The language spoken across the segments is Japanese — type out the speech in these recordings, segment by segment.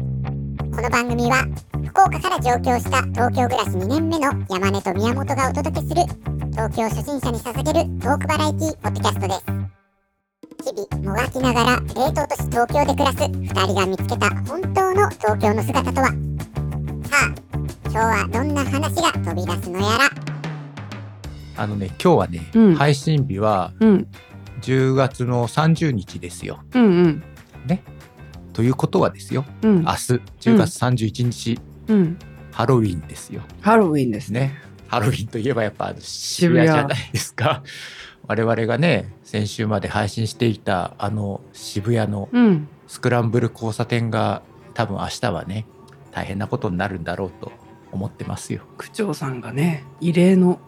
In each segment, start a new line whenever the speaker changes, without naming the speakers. この番組は福岡から上京した東京暮らし2年目の山根と宮本がお届けする東京初心者に捧げるトークバラエティポッドキャストです日々もがきながら冷凍都市東京で暮らす2人が見つけた本当の東京の姿とはさあ今日はどんな話が飛び出すのやら
あのね、今日はね、
うん
配信日は
うん
10月の30日ですよ。
うんうん
ということはですよ、
うん
明日10月31日、
うん
ハロウィンですよ。
ハロウィンですね
ね。ハロウィンといえばやっぱあの渋谷じゃないですか。我々がね、先週まで配信していたあの渋谷の
うん
スクランブル交差点が多分明日はね、大変なことになるんだろうと思ってますよ。
区長さんがね異例の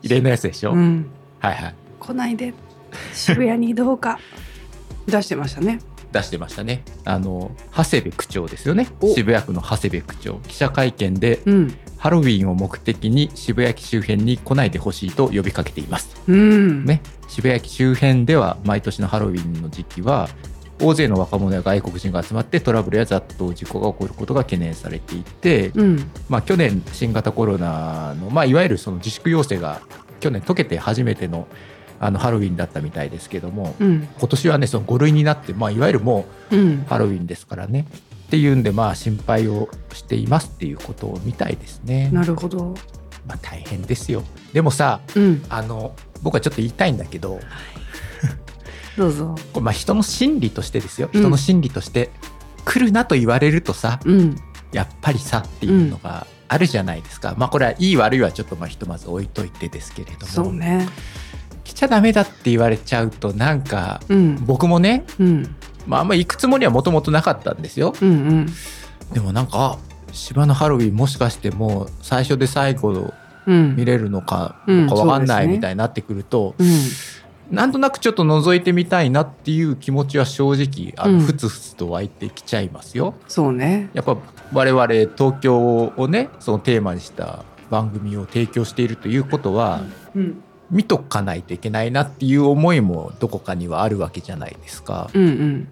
異例のやつでし
「
ょ、
うん、
はいはい。
来ないで渋谷に移動か」 出してましたね
出してましたね。あの、長谷部区長ですよね
お。
渋谷区の長谷部区長。記者会見で、
うん
ハロウィンを目的に渋谷駅周辺に来ないでほしいと呼びかけています。
うん、
ね、渋谷駅周辺では毎年のハロウィンの時期は大勢の若者や外国人が集まってトラブルや雑踏事故が起こることが懸念されていて、
うん
まあ、去年新型コロナの、まあ、いわゆるその自粛要請が去年解けて初めてのあのハロウィンだったみたいですけども
うん
今年はねその5類になって、まあ、いわゆるも
うん
うハロウィンですからねっていうんでまあ心配をしていますっていうことみたいですね。
なるほど
まあ、大変ですよでもさ
うん
あの僕はちょっと言いたいんだけど
どうぞ
これまあ人の心理としてですよ
うん
人の心理として、来るなと言われるとさ
うん
やっぱりさっていうのがあるじゃないですか、まあこれはいい悪いはちょっとまあひとまず置いといてですけれども
そうね
来ちゃダメだって言われちゃうとなんか
うん
僕もね、
うん
まあ、あんまり行くつもりはもともとなかったんですよ
うんうん
でもなんかあ芝のハロウィンもしかしてもう最初で最後
うん
見れるのか
うん
のか分かんな
そうです
い
ね
みたいになってくると、
うん
なんとなくちょっと覗いてみたいなっていう気持ちは正直あ
うん
のふつふつと湧いてきちゃいますよ。
そうね
やっぱ我々東京をねそのテーマにした番組を提供しているということは、
うん
見とかないといけないなっていう思いもどこかにはあるわけじゃないですか。
うんうん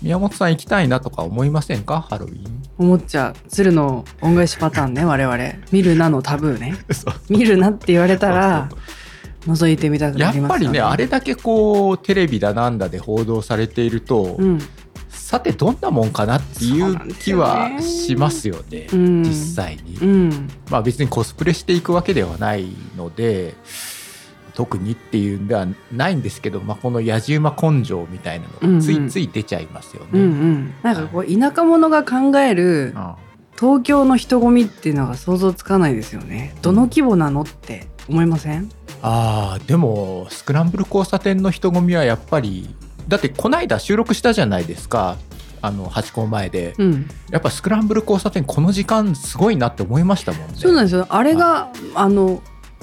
宮本さん行きたいなとか思いませんかハロウィン。
思っちゃう鶴の恩返しパターンね我々見るなのタブーね
そう
見るなって言われたら
そう
覗いてみたく
や
なり
っ
ま
ぱ
す
り
よ
ねあれだけこうテレビだなんだで報道されていると、
うん
さてどんなもんかなって
そ
いうう
なんです
気
よね
はしますよね、
うん
実際に。
うん
まあ別にコスプレしていくわけではないので特にっていうんではないんですけど、まあ、この野じ馬根性みたいなのがつ
うんう
い
ん
つい出ちゃいますよね。
うんうん、なんかこう田舎者が考える
うん
東京の人混みっていうのが想像つかないですよねどの規模なのって思いません
あーでもスクランブル交差点の人混みはやっぱりだってこないだ収録したじゃないですかあのハチ公前で、
うん
やっぱスクランブル交差点この時間すごいなって思いましたもんね。
そうなんですよあれがあの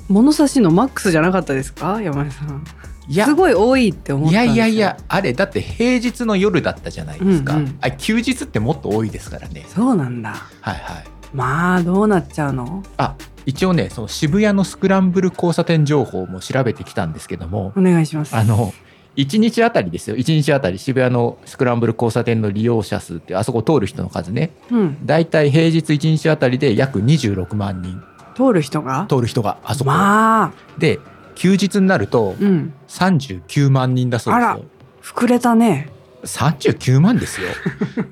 物差しのマックスじゃなかったですか山根さん
いや
すごい多いって思っ
い
た
や
んですよ
いやいやあれだって平日の夜だったじゃないですか、
うんうん
あ休日ってもっと多いですからね
そうなんだ
はいはい
まあどうなっちゃうの
あ一応ねその渋谷のスクランブル交差点情報も調べてきたんですけども、
お願いします
あの1日あたりですよ1日あたり渋谷のスクランブル交差点の利用者数ってあそこ通る人の数ね
うん、
だいたい平日1日あたりで約26万人
通る人が
通る人があそこ、
まあ
で休日になると
うん
39万人だそうです
あら
よ
膨れたね
39万です よ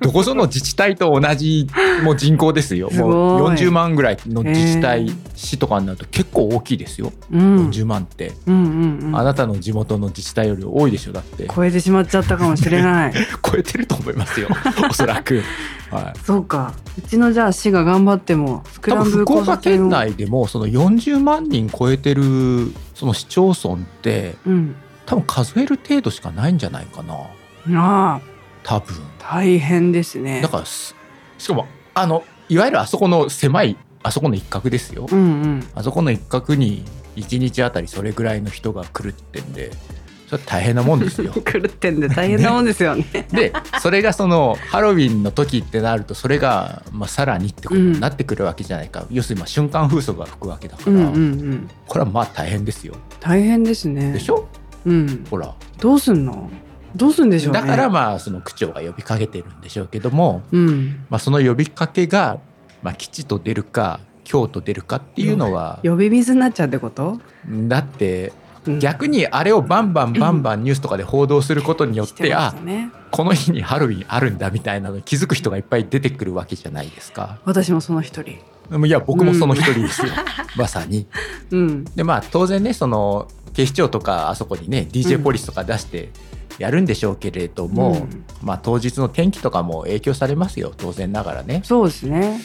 どこぞの自治体と同じもう人口ですよもう
すごい
40万ぐらいの自治
へ
体
ー
市とかになると結構大きいですよ、
うん
40万って、
うんうんうん
あなたの地元の自治体より多いでしょだって
超えてしまっちゃったかもしれない
超えてると思います よおそらく、はい、
そうかうちのじゃあ市が頑張ってもスク
多
ラン
分
ブル
福
交
岡
差点
県
を
内でもその40万人超えてるその市町村って
うん
多分数える程度しかないんじゃないかな
ああ
多分
大変ですね
だからすしかもあのいわゆるあそこの狭いあそこの一角ですよ、
うんうん
あそこの一角に1日あたりそれぐらいの人が来るってんでそれ大変なもんです よ
狂ってんで大変なもんですよね
でそれがそのハロウィンの時ってなるとそれが、まあ、さらにってことになってくるわけじゃないか、要するにまあ瞬間風速が吹くわけだか
う
ら、
んうんうん
これはまあ大変ですよ
大変ですね
でしょ
うん
ほら
どうすんのどうするんでしょうね
だからまあその区長が呼びかけてるんでしょうけども、
うん
まあ、その呼びかけが、まあ、吉と出るか京と出るかっていうのは
呼び水になっちゃうってこと、
だって
うん
逆にあれをバンバンバンバンニュースとかで報道することによっ
して
て
ま
あ
したね
この日にハロウィンあるんだみたいなのに気づく人がいっぱい出てくるわけじゃないですか。
私もその一人
でもいや僕もその一人ですよ、 まさに。
うん
でまあ当然ねその警視庁とかあそこにね DJ ポリスとか出してやるんでしょうけれども、
うん
まあ当日の天気とかも影響されますよ当然ながらね
そうですね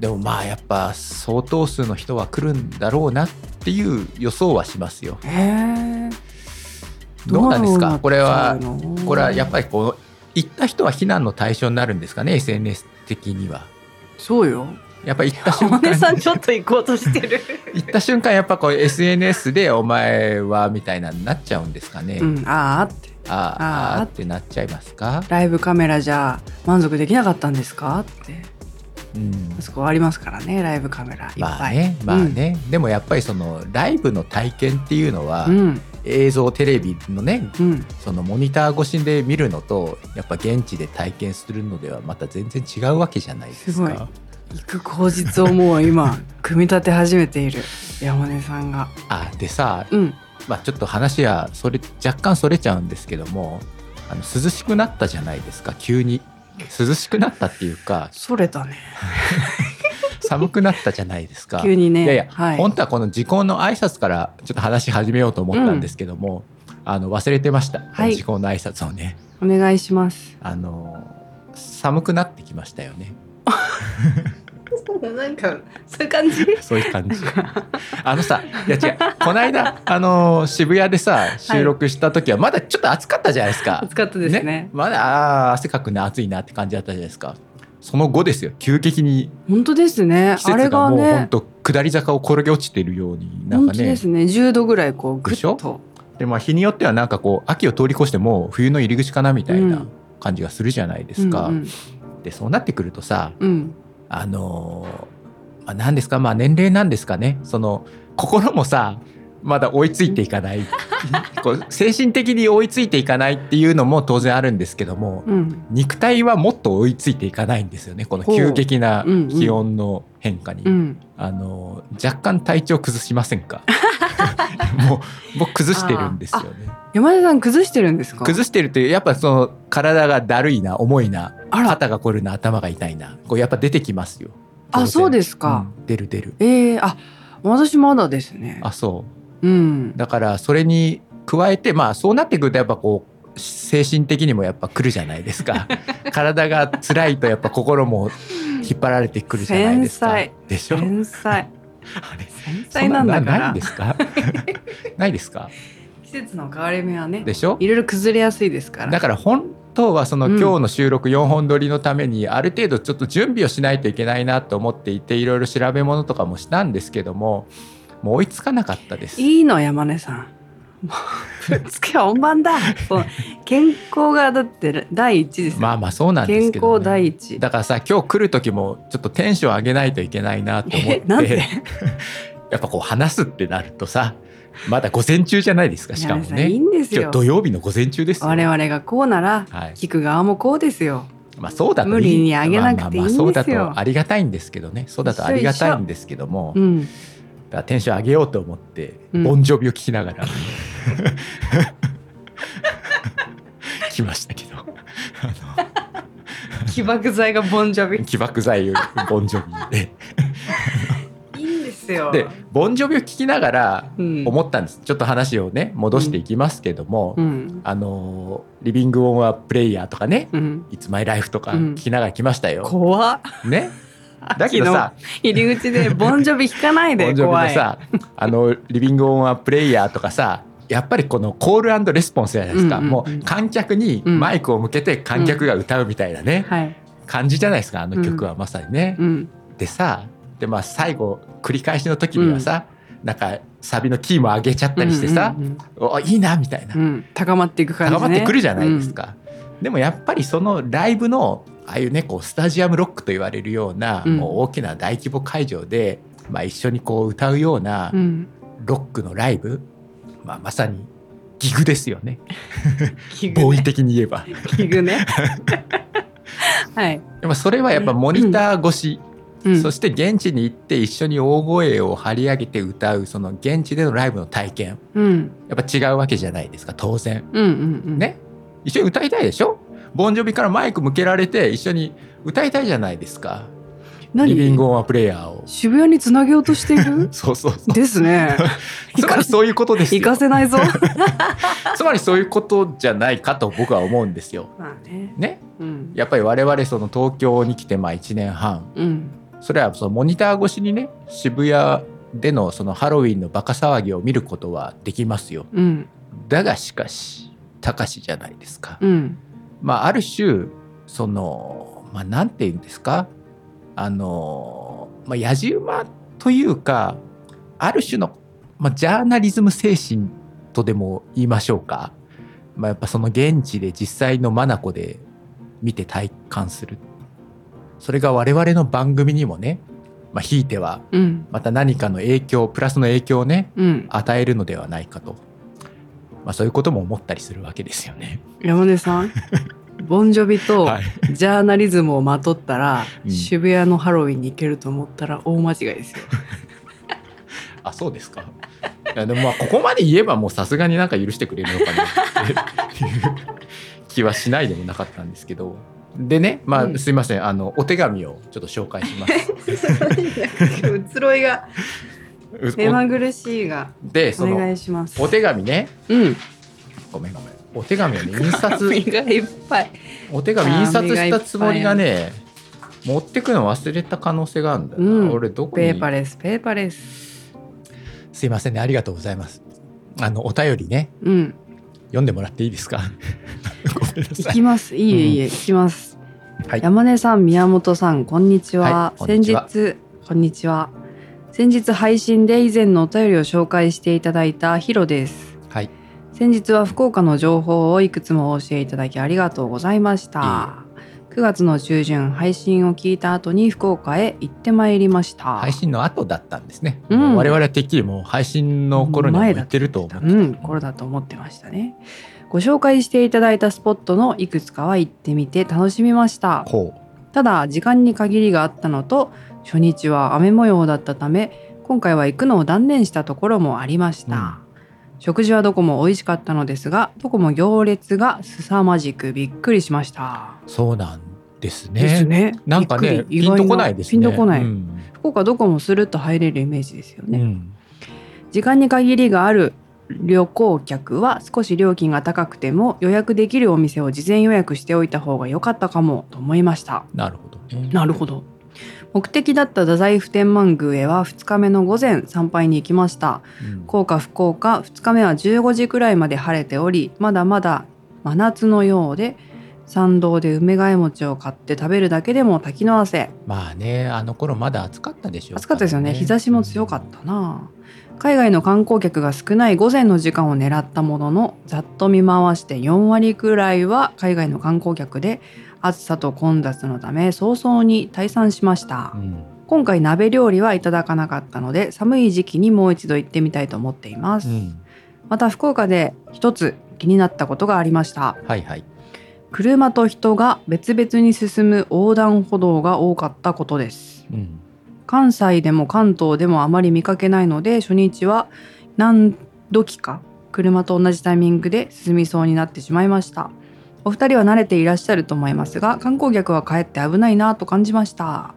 でもまあやっぱ相当数の人は来るんだろうなっていう予想はしますよ
へえ
どうなんですかこれはこ
こ
れはやっぱりこう行った人は非難の対象になるんですかね SNS 的には
そうよ
やっぱ行った瞬
お
間
姉さんちょっと行こうとしてる、
行った瞬間やっぱこう SNS でお前はみたいなになっちゃうんですかね、
うん、ああって
ああ
あー
あーってなっちゃいますか
ライブカメラじゃ満足できなかったんですかって
うん
あそこありますからねライブカメラいっぱい、
まあねまあね、でもやっぱりそのライブの体験っていうのは、
うん
映像テレビのね
うん
そのモニター越しで見るのとやっぱ現地で体験するのではまた全然違うわけじゃないですか
すごい行く口実をもう 今組み立て始めている山根さんが
あでさ、
うん
まあ、ちょっと話はそれ若干それちゃうんですけどもあの涼しくなったじゃないですか急に涼しくなったっていうか
それたね
寒くなったじゃないですか
急にね
いやいや、
はい、
本当はこの時効の挨拶からちょっと話し始めようと思ったんですけども、あの忘れてました、この時効の挨拶をね
お願いします
あの寒くなってきましたよね
なんかそういう感じ
そういう 感じあのさいや違うこの間あの渋谷でさ収録した時はまだちょっと暑かったじゃないですか
暑かったですね
まだあー汗かくな暑いなって感じだったじゃないですかその後ですよ急激に
本当ですね
季
あれ
節が
が
もうほ
ね
んと下り坂を転げ落ちてるようになん
本
か
当
ね
ですね10度ぐらいこうグ
でしょ
ッと
でまあ日によってはなんかこう秋を通り越してもう冬の入り口かなみたいな感じがするじゃないですか。
うん
でそうなってくるとさ
うん、うん
あのーまあ、何ですかまあ年齢なんですかねその心もさまだ追いついていか ないこう精神的に追いついていかないっていうのも当然あるんですけども
うん
肉体はもっと追いついていかないんですよねこの急激な
ほううんうん
気温の変化に。
うん、
あのー若干体調崩しませんか もう僕崩してるんですよね。
山田さん崩してるんですか
崩してるというやっぱその体がだるいな重いな
あら
肩が凝るな頭が痛いなこうやっぱ出てきますよ
あそうですすか、
出る出る
ええあ私まだですね
あそううんだからそれに加えてまあそうなってくるとやっぱこう精神的にもやっぱ来るじゃないです か体が辛いとやっぱ心も引っ張られてくるじゃないですか
繊
でしょ
繊細
あれ
繊細なんだ
そ
か
なない
ら
んです かないですか
季節の変わり目はね
でしょ
いろいろ崩れやすいですから
だから本当はその
うん
今日の収録4本撮りのためにある程度ちょっと準備をしないといけないなと思っていていろいろ調べ物とかもしたんですけどももう追いつかなかったです。
いいの山根さんもうぶっつけ本番 だそう健康がだって第一ですよ、
まあまあそうなんです
健
けど、
康第
ね、
一
だからさ今日来る時もちょっとテンション上げないといけないなと思っ
え
て
なんで
やっぱこう話すってなるとさまだ午前中じゃないですかしか
山
も
根さんいい
ね
んです
今
よ
日土曜日の午前中ですよ。
我々がこうなら
はい
聞く側もこうですよ
まあ、そうだといい
無理に上げなくていいんですよ
まあまあまあそうだとありがたいんですけどねそうだとありがたいんですけども。
うん
だからテンション上げようと思って、
うん
ボンジョビを聞きながら 来ましたけ ど
起爆剤がボンジョビ
起爆剤をボンジョビで
いいんですよ
でボンジョビを聞きながら
うん
思ったんですちょっと話をね戻していきますけども、
うん
あのーリビング・オン・ア・プレイヤー」とかね
うん
「いつマイ・ライフ」とか
うん
聞きながら来ましたよ。
怖っ
ね、だけどさ
入り口でボンジョビ弾かな い
ボ
で
ンジョビ
怖
の
い
さ「あのリビング・オン・ア・プレイヤー」とかさやっぱりこのコールレスポンスじゃないですか、
うんうんうん
もう観客にマイクを向けて観客が歌うみたいなね、
はい
感じじゃないですかあの曲はまさにね。
うん
でさでまあ最後繰り返しの時にはさ、なんかサビのキーも上げちゃったりしてさ
う、んうんうん
おいいなみたいな、
うん高まっていく感じね
高まってくるじゃないですか。でもやっぱりそのライブのああいうねこうスタジアムロックと言われるような、
うん
もう大きな大規模会場で、まあ、一緒にこう歌うような
うん
ロックのライブ、まあ、まさにギグですよね
器具
合
ね
意的に言えば
器 具ねはい、
でもそれはやっぱモニター越し、
うん
そして現地に行って一緒に大声を張り上げて歌うその現地でのライブの体験
うん
やっぱ違うわけじゃないですか当然
うんうんうん
ね一緒に歌いたいでしょボンジョビからマイク向けられて一緒に歌いたいじゃないですかリ
何
ビングオンはプレイヤーを
渋谷につなげようとしてい る
そうそうそう
です ね
つまりそういうことです
行
よ
か せないぞ
つまりそういうことじゃないかと僕は思うんですよ
まあね
ね
うん
やっぱり我々その東京に来てまあ1年半
うん
それはそのモニター越しにね渋谷でのそのハロウィンのバカ騒ぎを見ることはできますよ
うん
だがしかし高しじゃないですか、
うん
まあある種そのまあなんて言うんですかあのまあやじ馬というかある種の、まあ、ジャーナリズム精神とでも言いましょうか、まあ、やっぱその現地で実際の眼で見て体感するそれが我々の番組にもね、まあ、ひいては
うん
また何かの影響プラスの影響をね
うん
与えるのではないかと、まあ、そういうことも思ったりするわけですよね。
山根さんボンジョビと
い、
ジャーナリズムをまとったら、
うん
渋谷のハロウィンに行けると思ったら大間違いですよ。
あそうですか。いやでもまあここまで言えばもうさすがになんか許してくれるのかなっていう気はしないでもなかったんですけど。でね、ま
うん
あ、すいません、あのお手紙をちょっと紹介し ます。
移ろいが
う
目まぐるしいが
おで
お
そ
願
の
いします。
お手紙ね
うん。
ごめんごめんお手紙を ね印
お
刷
願いいっぱい。
お手紙印刷したつもりがね持ってくの忘れた可能性があるんだよな、
うん
俺どこ
ペ
に
ーパーレスペーパーレス。
すいませんねありがとうございますあのお便りね
うん。
読んでもらっていいですか ごめんな
行
さい
きます。いいえいいえ、行きます。
はい
山根さん、宮本さん、こんにち
は
は。
いこん
先
にちは
日、こんにちは。先日配信で以前のお便りを紹介していただいたヒロです。
はい
先日は福岡の情報をいくつもお教えいただきありがとうございました。9月の中旬配信を聞いた後に福岡へ行ってまいりました。
配信の後だったんですね、
うん
もう我々はてっきりもう配信の頃にはもう
前
行
だ
ってると思ってた
うん、これだと思ってましたね。ご紹介していただいたスポットのいくつかは行ってみて楽しみました。
こ
ただ時間に限りがあったのと初日は雨模様だったため今回は行くのを断念したところもありました、食事はどこも美味しかったのですがどこも行列が凄まじくびっくりしました、
うそうなんですね
ですね
なんか
び
ね
っくり
ピンとこないですね
意外なピンとこない、
うん
福岡どこもスルッと入れるイメージですよね、
うん
時間に限りがある旅行客は少し料金が高くても予約できるお店を事前予約しておいた方が良かったかもと思いました
なるほどね
なるほど。目的だった太宰府天満宮へは2日目の午前参拝に行きました。
うん
福岡福岡2日目は15時くらいまで晴れており、まだまだ真夏のようで、参道で梅替え餅を買って食べるだけでも滝の汗。
まあねあの頃まだ暑かったでしょうら、
暑かったですよね。日差しも強かったな。海外の観光客が少ない午前の時間を狙ったものの、ざっと見回して4割くらいは海外の観光客で、暑さと混雑のため早々に退散しました。
うん
今回鍋料理はいただかなかったので寒い時期にもう一度行ってみたいと思っています、
うん
また福岡で一つ気になったことがありました
はいはい
車と人が別々に進む横断歩道が多かったことです
うん
関西でも関東でもあまり見かけないので初日は何時か車と同じタイミングで進みそうになってしまいましたお二人は慣れていらっしゃると思いますが観光客はかえって危ないなと感じました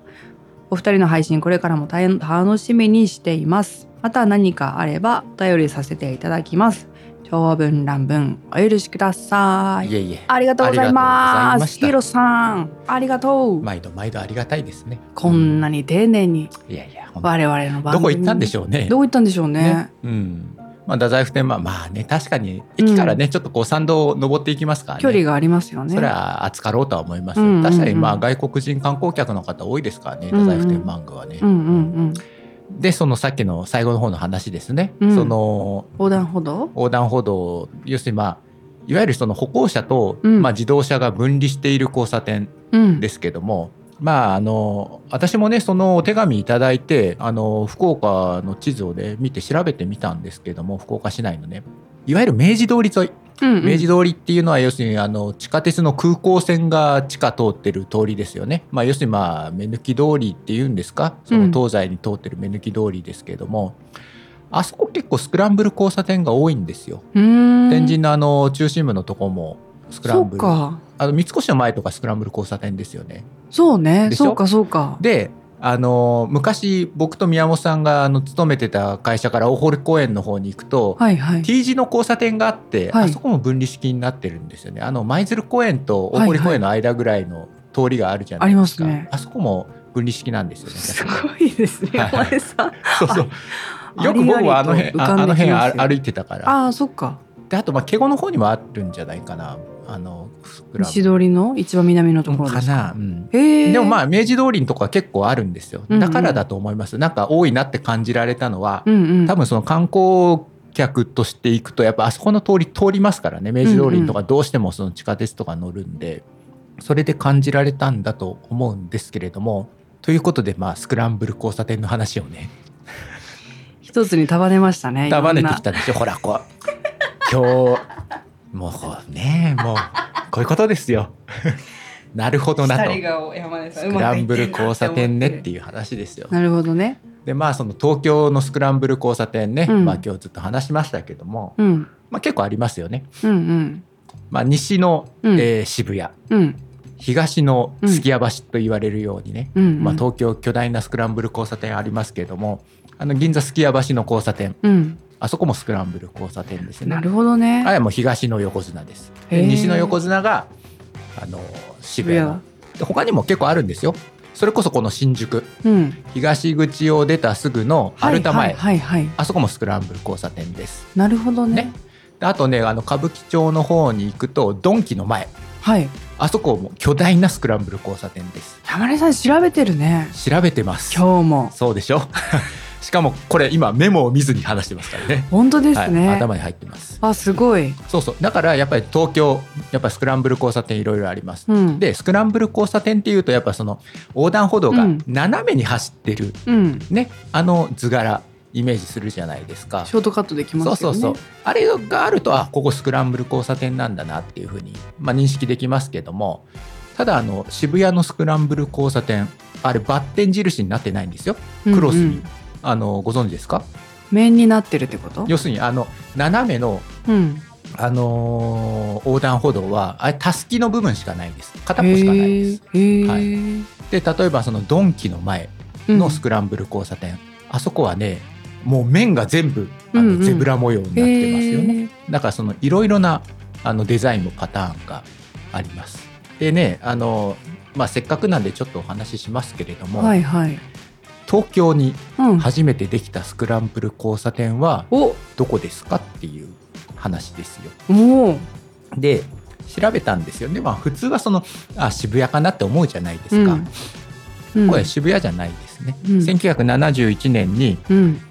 お二人の配信これからも大変楽しみにしていますまた何かあればお便りさせていただきます長文乱文お許しくださ
い
い
えいえ
ありがとうございま
ありがとうござい
す
ました
ヒロさんありがとう、
毎度毎度ありがたいですね
こんなに丁寧に
いやいやほんと
我々の番組
どこ行ったんでし
ょ
ょうね
どこ行ったんでしょうね
ねうんまあ、太宰府天満まあね確かに駅からね、ちょっとこう参道を登っていきますからね
距離がありますよね
それは扱ろうとは思いますよ、
うんうんうん
確かにまあ外国人観光客の方多いですからね
うんうん
太宰府天満宮はね、
うんうんうん
でそのさっきの最後の方の話ですね、
うん
その
横断歩道
横断歩道要するにまあいわゆるその歩行者と、
うん
まあ、自動車が分離している交差点
うん
ですけども、まああの私もねそのお手紙いただいてあの福岡の地図をね見て調べてみたんですけども福岡市内のねいわゆる明治通り沿い、
うんうん
明治通りっていうのは要するにあの地下鉄の空港線が地下通ってる通りですよね、まあ、要するにまあ目抜き通りっていうんですかその東西に通ってる目抜き通りですけれども、あそこ結構スクランブル交差点が多いんですよ。
うーん
天神のあの中心部のとこもスクラ
そ
ンブ
う
ル
か
あの三越の前とかスクランブル交差点ですよね。
そうね
でしょ
そうかそうか
であの昔僕と宮本さんがあの勤めてた会社から大堀公園の方に行くと、
はいはい
T 字の交差点があって、
はい
あそこも分離式になってるんですよね。あの舞鶴公園と大堀公園の間ぐらいの通りがあるじゃないですか。
ありますね
あそこも分離式なんですよね。
すごいですね
はいはい
これさ
そうそう。 よく僕はあの辺ああの辺あ歩いてたから。
ああーそっか
であとまあ毛後の方にもあるんじゃないかな。あのスクラ
西通りの一番南のところ
か
です
な。うん。
へえ
でもまあ明治通りのとこは結構あるんですよ。
うんうん
だからだと思います。なんか多いなって感じられたのは、
うんうん
多分その観光客として行くとやっぱあそこの通り通りますからね明治通りとかどうしてもその地下鉄とか乗るんで、それで感じられたんだと思うんですけれどもということでまあスクランブル交差点の話をね
一つに束ねましたね
束ねてき
た
たでしょほらこう今日もうこうねもうこういうことです よなるほどなと。
顔山根さ
スクランブル交差点ねっていう話ですよ。
なるほどね
でまあその東京のスクランブル交差点ね、
うん
まあ今日ずっと話しましたけども、
うん
まあ、結構ありますよね。
うんうん
まあ、西の、
うん
えー渋谷
うん
東の数木屋橋と言われるようにね、
うんうん
まあ、東京巨大なスクランブル交差点ありますけれどもあの銀座数木屋橋の交差点
うん
あそこもスクランブル交差点ですね
なるほどね
あれはもう東の横綱ですで
へー
西の横綱があの渋谷ので他にも結構あるんですよそれこそこの新宿
うん
東口を出たすぐの
はい
アルタ前、
はいはいはい
あそこもスクランブル交差点です
なるほどね
ねであとねあの歌舞伎町の方に行くとドンキの前
はい
あそこも巨大なスクランブル交差点です。
山根さん調べてるね
調べてます。
今日も
そうでしょ しかもこれ今メモを見ずに話してますからね。
本当です
はい、
ね
頭に入ってます。
あすごい
そうそう。だからやっぱり東京、やっぱスクランブル交差点いろいろあります。
うん
で、スクランブル交差点っていうとやっぱその横断歩道が
うん
斜めに走ってる
うん
ね、あの図柄イメージするじゃないですか。
ショートカットできます
そ
よ
う
ね
そうそうあれがあるとあここスクランブル交差点なんだなっていうふうに、まあ、認識できますけどもただあの渋谷のスクランブル交差点あれバッテン印になってないんですよ
うんうん
クロスに、あのご存知ですか
面になってるってこと
要するにあの斜めの、
うん
あのー横断歩道はあれたすきの部分しかないんです片っぽしかないです
へーへー
はで例えばそのドンキの前
うん
のスクランブル交差点、あそこはねもう面が全部あ
うんう
の
ん
ゼブラ模様になってますよね、
へー
だからそのいろいろなあのデザインもパターンがあります。でねあの、まあ、せっかくなんでちょっとお話ししますけれども、
はいはい
東京に
うん
初めてできたスクランブル交差点は
お
どこですかっていう話ですよ。
おー
で調べたんですよね、まあ、普通はそのあ渋谷かなって思うじゃないですか、
うん
これ渋谷じゃないですね、
うん
1971年に
うん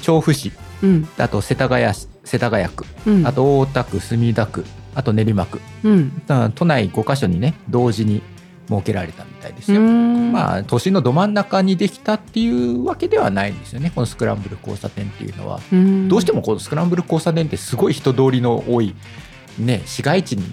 調布市
うん
あと世田谷市世田谷区
うん
あと大田区墨田区あと練馬区
うん
あ都内5カ所にね同時に設けられたみたいですよ、
まあ
まあ都心のど真ん中にできたっていうわけではないんですよねこのスクランブル交差点っていうのは、どうしてもこのスクランブル交差点ってすごい人通りの多いね市街地に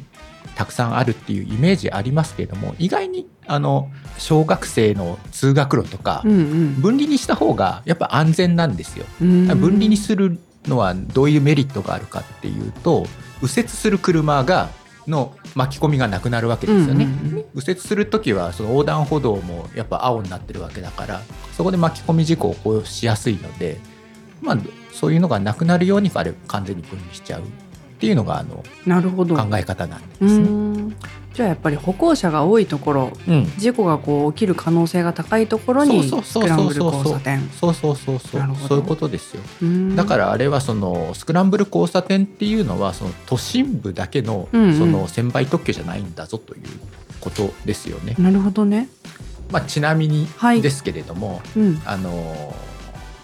たくさんあるっていうイメージありますけれども意外にあの小学生の通学路とか
うんうん
分離にした方がやっぱ安全なんですよ
うん
分離にするのはどういうメリットがあるかっていうと右折する車がの巻き込みがなくなるわけですよね。
うんうんうん
ね右折する時はその横断歩道もやっぱ青になってるわけだからそこで巻き込み事故を起こしやすいので、まあ、そういうのがなくなるようにあれ完全に分離しちゃうっていうのがあの
なるほど
考え方なんで
う
すね。
んじゃあやっぱり歩行者が多いところ
うん
事故がこう起きる可能性が高いところに
そう
ス
そうそうそうそう
クランブル交差点
そうそうそうそう
なるほど
そういうことですよ。だかららあれはそのスクランブル交差点っていうのはその都心部だけのそ
うんうん
の1000倍特許じゃないんだぞということですよね。
なるほどね
まあ、ちなみに
はい
ですけれども、
うん
あのー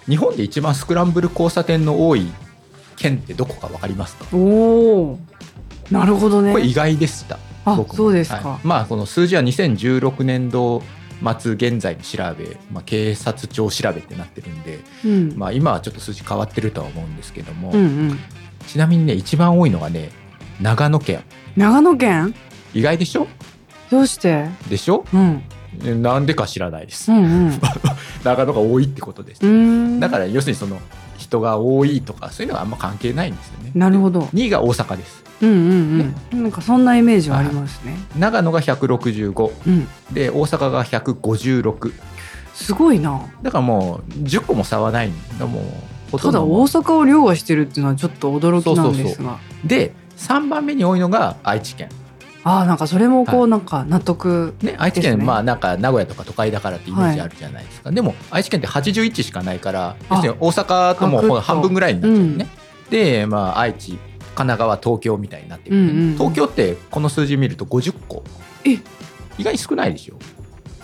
日本で一番スクランブル交差点の多い県ってどこかわかりますか
おおなるほどね
これ意外でした。
あ
僕も
そうですか、
はいまあこの数字は2016年度末現在の調べ、まあ、警察庁調べってなってるんで、
うん、
まあ、今はちょっと数字変わってるとは思うんですけども、
うんうん
ちなみにね一番多いのがね長野県
長野県
意外でしょ
どうして
でしょ
うん
えなんでか知らないです、
うんうん う
長野が多いってことです、
ーん
だから要するにその人が多いとかそういうのはあんま関係ないんですよね
なるほど
2位が大阪です
うんうんうんなんかそんなイメージはありますね
長野が165
うん
で大阪が156
すごいな
だからもう10個も差はないんだもうほと
た
ん
だ
ど
大阪を凌駕してるっていうのはちょっと驚きなんですが
そうそうで3番目に多いのが愛知県
ああなんかそれもこ
は
うなんか納得、
ね愛知
です
県、
ね
まあなんか名古屋とか都会だからってイメージあるじゃないですか、でも愛知県って81しかないから
あ
要するに大阪とも
ガクッと
ほら半分ぐらいになっちゃうね、でまあ愛知神奈川東京みたいになってくるね、
うんうんうん
東京ってこの数字見ると50個
え
意外に少ないでしょ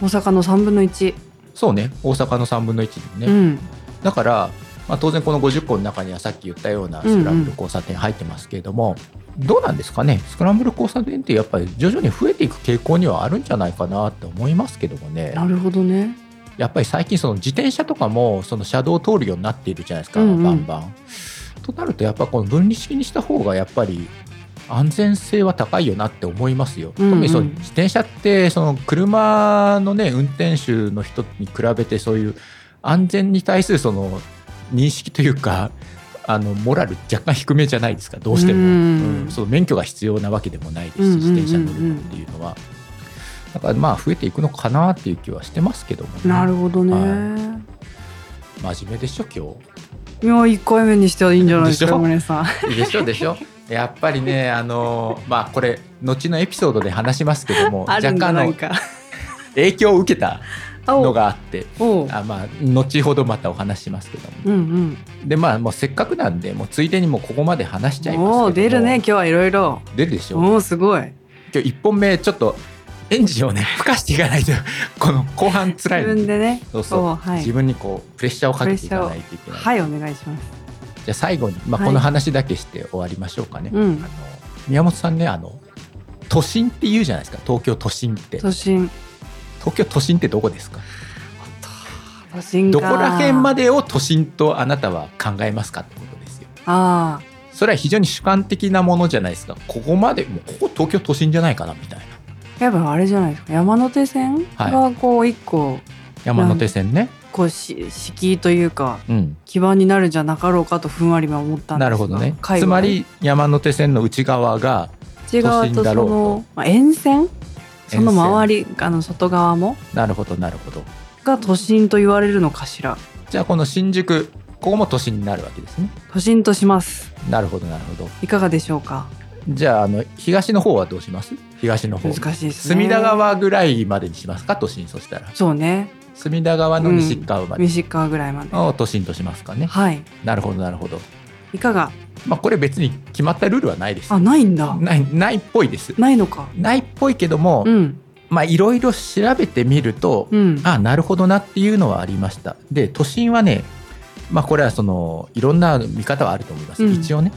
大阪の3分の1、
そうね大阪の3分の1ね、
うん
だから、まあ、当然この50個の中にはさっき言ったようなスクランブル交差点入ってますけれども、どうなんですかねスクランブル交差点ってやっぱり徐々に増えていく傾向にはあるんじゃないかなって思いますけどもね
なるほどね
やっぱり最近その自転車とかもその車道を通るようになっているじゃないですか、
うんうん
バンバン。となるとやっぱこの分離式にした方がやっぱり安全性は高いよなって思いますよ。
うんうん
特にその自転車ってその車のね運転手の人に比べてそういう安全に対するその認識というか あのモラル若干低めじゃないですかどうしても、
うん
うんその免許が必要なわけでもないですし、
うんうんうんうん
自転車乗るのっていうのは。だからまあ増えていくのかなっていう気はしてますけどもね、
なるほどね、
は真面目でしょ今
い、や1回目にしてはいいんじゃないです
でし
か
ょ
森さん
日でしょでしょやっぱりねあのまあこれ後のエピソードで話しますけども
ある
若干
んだ
あ
なん
の
か
影響を受けた
あ
の
お
があって
おう
あまあ後ほどまたお話しますけども
うん
でまあもうせっかくなんでもうついでにもうここまで話しち
う
ゃい
ん
ますけども
おう出るね今日はいろいろ
出るでしょ
おおすごい
今日1本目ちょっとエンジンをねふかしていかないとこの後半つらい
自
の
分
で
でね
そうそう
おは
自
い、
分にこうプレッシャーをかけていかないといけない、
はい、お願いします
じゃあ最後に、まあ、
はい
この話だけして終わりましょうかね、
うん
あの宮本さんねあの都心って言うじゃないですか東京都心って
都
東
心
京都心ってどこですか
都心か
どこら辺までを都心とあなたは考えますかってことですよ
ああ
それは非常に主観的なものじゃないですかここまでもうここ東京都心じゃないかなみたいな
やっぱあれじゃないですか山手線がこう一個、
山手線ね
こうし敷居というか
うん
基盤になるんじゃなかろうかとふんわりは思ったんですが
なるほどね
界
つ
隈
まり山手線の内側が
内側
都心
と
だ
そ
ろうと
の、まあ、沿線その
沿線
周りあの外側も
なるほどなるほど
が都心と言われるのかしら
じゃあこの新宿ここも都心になるわけですね
都心とします
なるほどなるほど
いかがでしょうか
じゃああの東の方はどうします東の方
難しいですね
隅田川ぐらいまでにしますか都心そしたら
そうね
隅田川の西側まで
西川ぐらいまで
を都心としますかね、
はい
なるほどなるほど
いかが
まあこれ別に決まったルールはないです
あないんだ
ないないっぽいです
ないのか
ないっぽいけども、
うん
まあいろいろ調べてみると、
うん
あなるほどなっていうのはありましたで都心はねまあこれはそのいろんな見方はあると思います、
うん
一応ね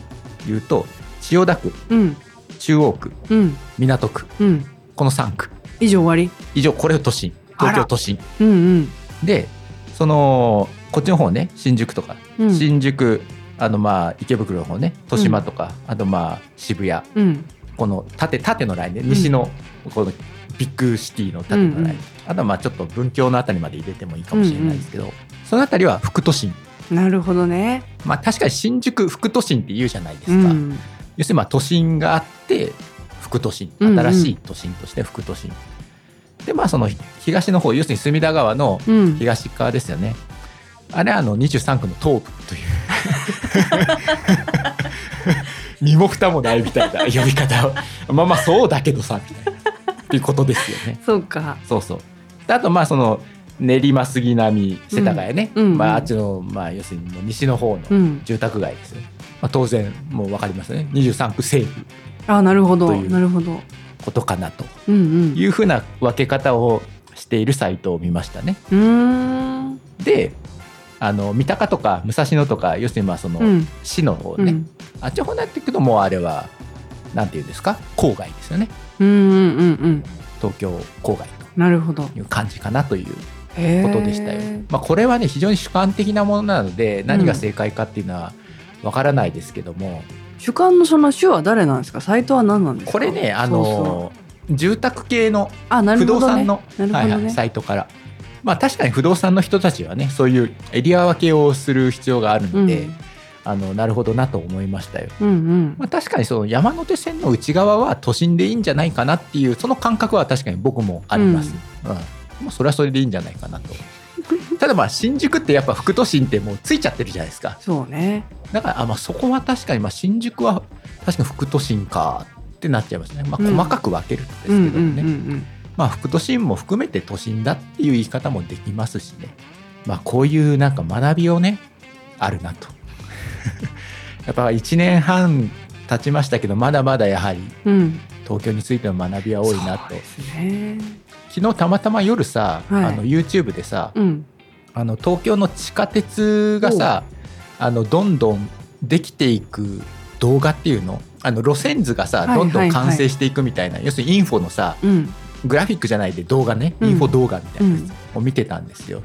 言うと千代田区
うん
中央区
うん
港区
うん
この3区
以上終わり
以上これを都心
あら
東京都心
うんうん
でそのこっちの方ね新宿とか、
うん
新宿あのまあ池袋の方ね豊島とか、あとまあ渋谷
うん
この縦縦のラインで西のこのビッグシティの縦のライン、
うんうん
あとはまあちょっと文京のあたりまで入れてもいいかもしれないですけど、そのあたりは副都心
なるほどね
まあ確かに新宿副都心って言うじゃないですか、
うん
要するにまあ都心があって副都心
うんうん
新しい都心として副都心、でまあその東の方要するに隅田川の
うん
東側ですよね。あれはあの23区の東部という身も蓋もないみたいな呼び方をまあまあそうだけどさみたいなっていうことですよね。
そうか
そうそうであとまあその練馬杉並世田谷ね、
うんうんうん
まあ、あっちの、まあ、要するにもう西の方の
うん
住宅街ですよ、まあ、当然もう分かりますよね23区西部
あなるほ
と
ど
いう
なるほど
ことかなと
うんうん
いうふうな分け方をしているサイトを見ましたね。
うーん
であの三鷹とか武蔵野とか要するにまあその
うん
市の方
う
ね、
ん
あっちの方になってくるともうあれはなんていうんですか郊外ですよね
うんうんうんうん
東京郊外
なるほど
という感じかなという
へー
ことでしたよ、まあ、これはね非常に主観的なものなので何が正解かっていうのはわからないですけども、
主観のその主は誰なんですかサイトは何なんですか
これねあの
そうそう
住宅系の
あなる
不
ほど、
動
ね、
産の、
なるほど
は
ね
いはい、サイトから、まあ、確かに不動産の人たちはねそういうエリア分けをする必要があるので、
うん
あのなるほどなと思いましたよ。
うんうん
まあ、確かにその山手線の内側は都心でいいんじゃないかなっていうその感覚は確かに僕もあります、うんまあ、それはそれでいいんじゃないかなとただまあ新宿ってやっぱ副都心ってもうついちゃってるじゃないですか
そうね
だからあ、まあ、そこは確かにまあ新宿は確かに副都心かってなっちゃいますね、まあ、
うん
細かく分けるんですけ
う
ど
ん
ね、
うんうん
まあ、副都心も含めて都心だっていう言い方もできますしね、まあ、こういうなんか学びをねあるなと やっぱ1年半経ちましたけどまだまだやはり
うんうん
東京についての学びは多いな
そう
と
ですね
昨日たまたま夜さ、
はい
あの YouTube でさ
うん
あの東京の地下鉄がさあのどんどんできていく動画っていうのあの路線図がさ、
いはいはい
どんどん完成していくみたいな要するにインフォのさ、
うん
グラフィックじゃないで動画ね、
うん
インフォ動画みたいなや
うん
つを見てたんですよ。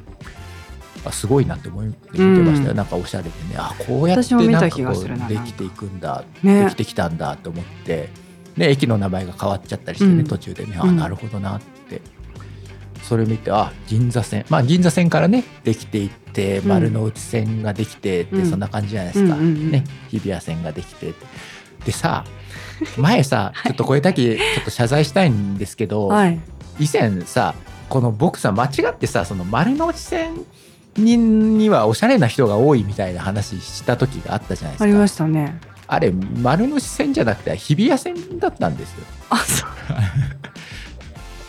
あすごいなって思って見てましたよ、
うん
なんかおしゃれでねあこうやっ
私
て
も見
な
た
んか
気
こ
がするな
うできていくんだ、
ね
できてきたんだと思ってで駅の名前が変わっちゃったりしてね、
うん
途中でねあ
うん
なるほどなって、それ見てあ銀座線まあ銀座線からねできていって
うん
丸の内線ができてって、
うん
そんな感じじゃないですか、
うんうんうん
ね、日比谷線ができてってでさ前 さちょっとこれだけちょっと謝罪したいんですけど、
はい
以前さこの僕さ間違ってさその丸の内線ににはおしゃれな人が多いみたいな話した時があったじゃない
ありま
ですか
したね
あれ丸の内線じゃなくて日比谷線だったんですよ
あそ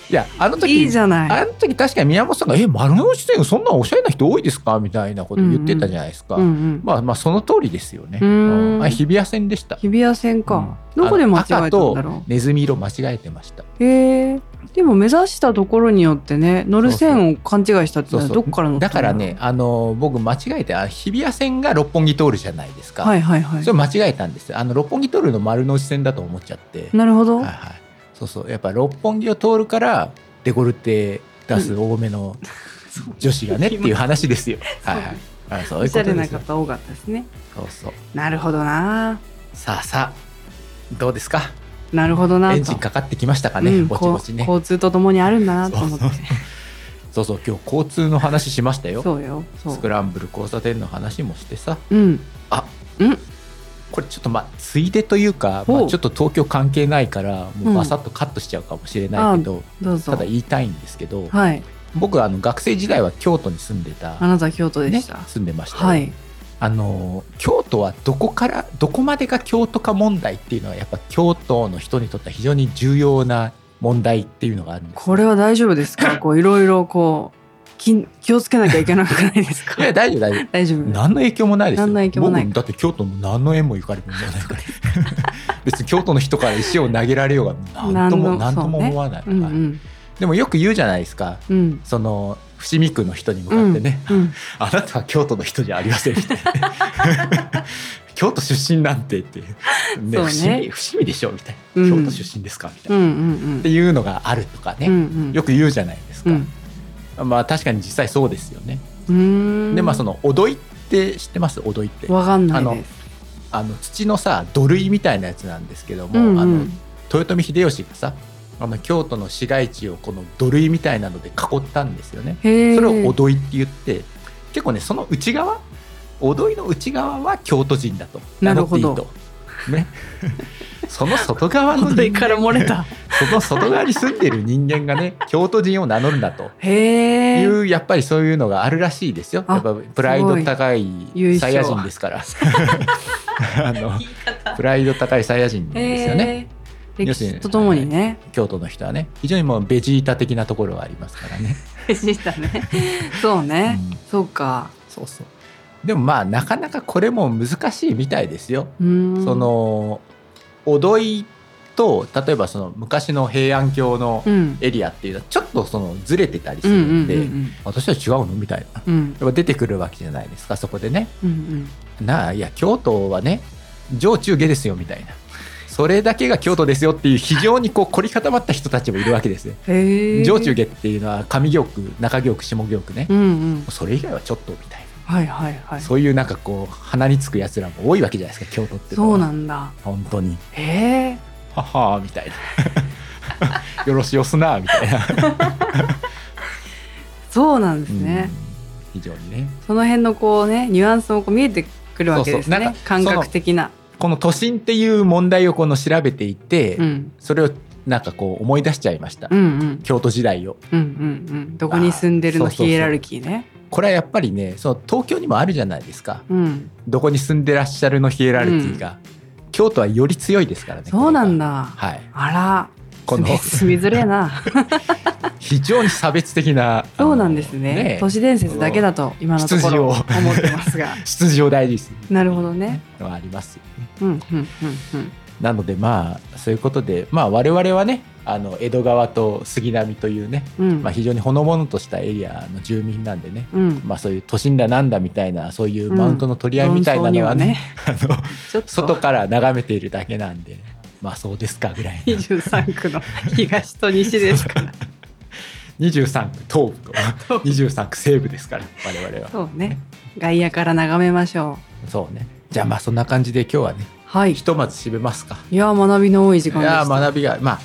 いやあの
う
時
いいじゃない
あの時確かに宮本さんが「え丸の内線そんなおしゃれな人多いですか?」みたいなこと言ってたじゃないですか、
うんうん
まあまあその通りですよね
うーん
あれ日比谷線でした
日比谷線か、
うん
どこで間違えた
あの
んだろ
赤とネズミ色間違えてました
うへえでも目指したところによってね乗る線を勘違いしたって
そうそう
どっから乗った
だ
んろ
か
う
らねあの僕間違えてあ日比谷線が六本木通るじゃないですか、
はいはいはい
それ間違えたんですよあの六本木通るの丸の内線だと思っちゃって、
なるほど、
はいはい、そうそうやっぱ六本木を通るからデコルテ出す多め の女子がねっていう話ですよ、はいはいあそう
お
いう
しゃ
こ
れ
と
な
ですよ
方多かったですね
そうそう
なるほどな
さあさあどうですか
なるほどなと
エンジンかかってきましたかね、
うん
ぼちぼちね
こう交通とともにあるんだなと思って
そうそう今日交通の話しましたよ
そうよそう
スクランブル交差点の話もしてさ
うん
これちょっとまあついでというか、ま
ほ
あ、
う
ちょっと東京関係ないからもうバサッとカットしちゃうかもしれないけど、
どうぞ
ただ言いたいんですけど、
はい
僕はあの学生時代は京都に住んでた、
あなた京都で
ね、
した、
住んでましたよ、
はい
あの京都はどこからどこまでが京都か問題っていうのはやっぱ京都の人にとっては非常に重要な問題っていうのがあるんです
これは大丈夫で すかこういろいろこうき気をつけなきゃいけなくないですか
いや大丈夫大丈夫
大丈夫
何の影響もないですよ
何の影響もない
僕だって京都も何の縁もゆかりもないから別に京都の人から石を投げられようが何とも
何
何
の
とも
そうね
思わない、
うんう
はい
ん
でもよく言うじゃないですか
うん
その伏見区の人に向かってね、
うん
あなたは京都の人じゃありませんみ たいな京都出身なんてっていう、ね
そうね
伏見伏見でしょみたいな、
うん
京都出身ですかみたい
うん
な、
うん
っ
うん
ていうのがあるとか
うんう
ね、
ん
よく言うじゃないです
う
か、
ん
まあ確かに実際そうですよね、
うーん
でまあそのおどいって知ってますおどいって
わかんな
あ
い
の
です
あの土のさ土塁みたいなやつなんですけども、
うん
あ
う
の
ん
豊臣秀吉がさあの京都の市街地をこの土塁みたいなので囲ったんですよね
へえ
それをおどいって言って結構ねその内側おどいの内側は京都人だと
なるほど
名乗っていいと ねその外側の
お
人
どいから漏れた
その外側に住んでる人間がね京都人を名乗るんだと
へ
い
え
うやっぱりそういうのがあるらしいですよ
あ
やっぱプライド高い
優勝
サイヤ人ですから あの
言い方
プライド高いサイヤ人ですよね、
へー歴
要するに
史とともにね
京都の人はね非常にもうベジータ的なところがありますからね、
でしたね そうね、
うん
そうか
そうそうでもまあなかなかこれも難しいみたいですよ
うーん
そのおどいと例えばその昔の平安京の
うん
エリアっていうのはちょっとそのずれてたりす
うんう
る
ん
ん
う
で、
ん
私は違うのみたいなやっ
うん
ぱ出てくるわけじゃないですかそこでね
うんうん
なあいや京都はね上中下ですよみたいなそれだけが京都ですよっていう非常にこう凝り固まった人たちもいるわけですよ
へえ
上中下っていうのは上行区中行区下行区ね
うんうん
それ以外はちょっとみたいな
はいはいはいそ
そういうなんかこう鼻につくやつらも多いわけじゃないですか京都って
う
のは
なんだ
本当に
へえ
「ははー」み たいな「よろしおすな」みたいな、
そうなんです
うん
ね、
非常にね
その辺のこうねニュアンスもこう見えてくるわけですね
そうそうなんか
感覚的な
この都心っていう問題をこの調べていて、
うん
それをなんかこう思い出しちゃいました、
うんうん
京都時代を
うんうんうんどこに住んでる
あ
の
ーそうそうそう
ヒエラルキーね
これはやっぱりねその東京にもあるじゃないですか
うん
どこに住んでらっしゃるのヒエラルキーが、京都はより強いですからね
そうなん
だ
だ
はい
あら
この
住みづれ えな
非常に差別的な
そうなんですね
あの
都市伝説だけだと今のとこ
羊
ろ
を
思ってます が
出場大事です
なるほどね
のはありますよね
うんうんうんうん
なのでまあそういうことでまあ我々はねあの江戸川と杉並というね、
うん
まあ、非常にほのぼのとしたエリアの住民なんでね
うん
まあそういう都心だなんだみたいなそういうマウントの取り合いみたいなのはね,、
論争にはねちょっと
外から眺めているだけなんでまあそうですかぐらいな
23区の東と西で すから
23区東部と23区西部ですから我々は
そうね外野から眺めましょ
そうねじゃあまあそんな感じで今日はね
うはい
ひとまず締めますか
いやー学びの多い時間
い
で
やー
した
学びがまあ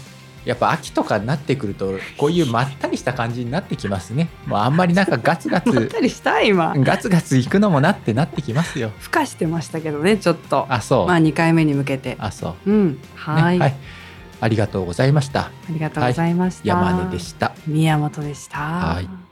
やっぱ秋とかになってくるとこういうまったりした感じになってきますねもうあんまりなんかガツガ
まっ
ツ
たりした今
ガツガツ行くのもなってなってきますよ
孵化してましたけどねちょっと
あそう、
まあ2回目に向けて
あそう、ね
うんはい,、
ありがとうございました
ありがとうございました、
山根でした
宮本でした
はい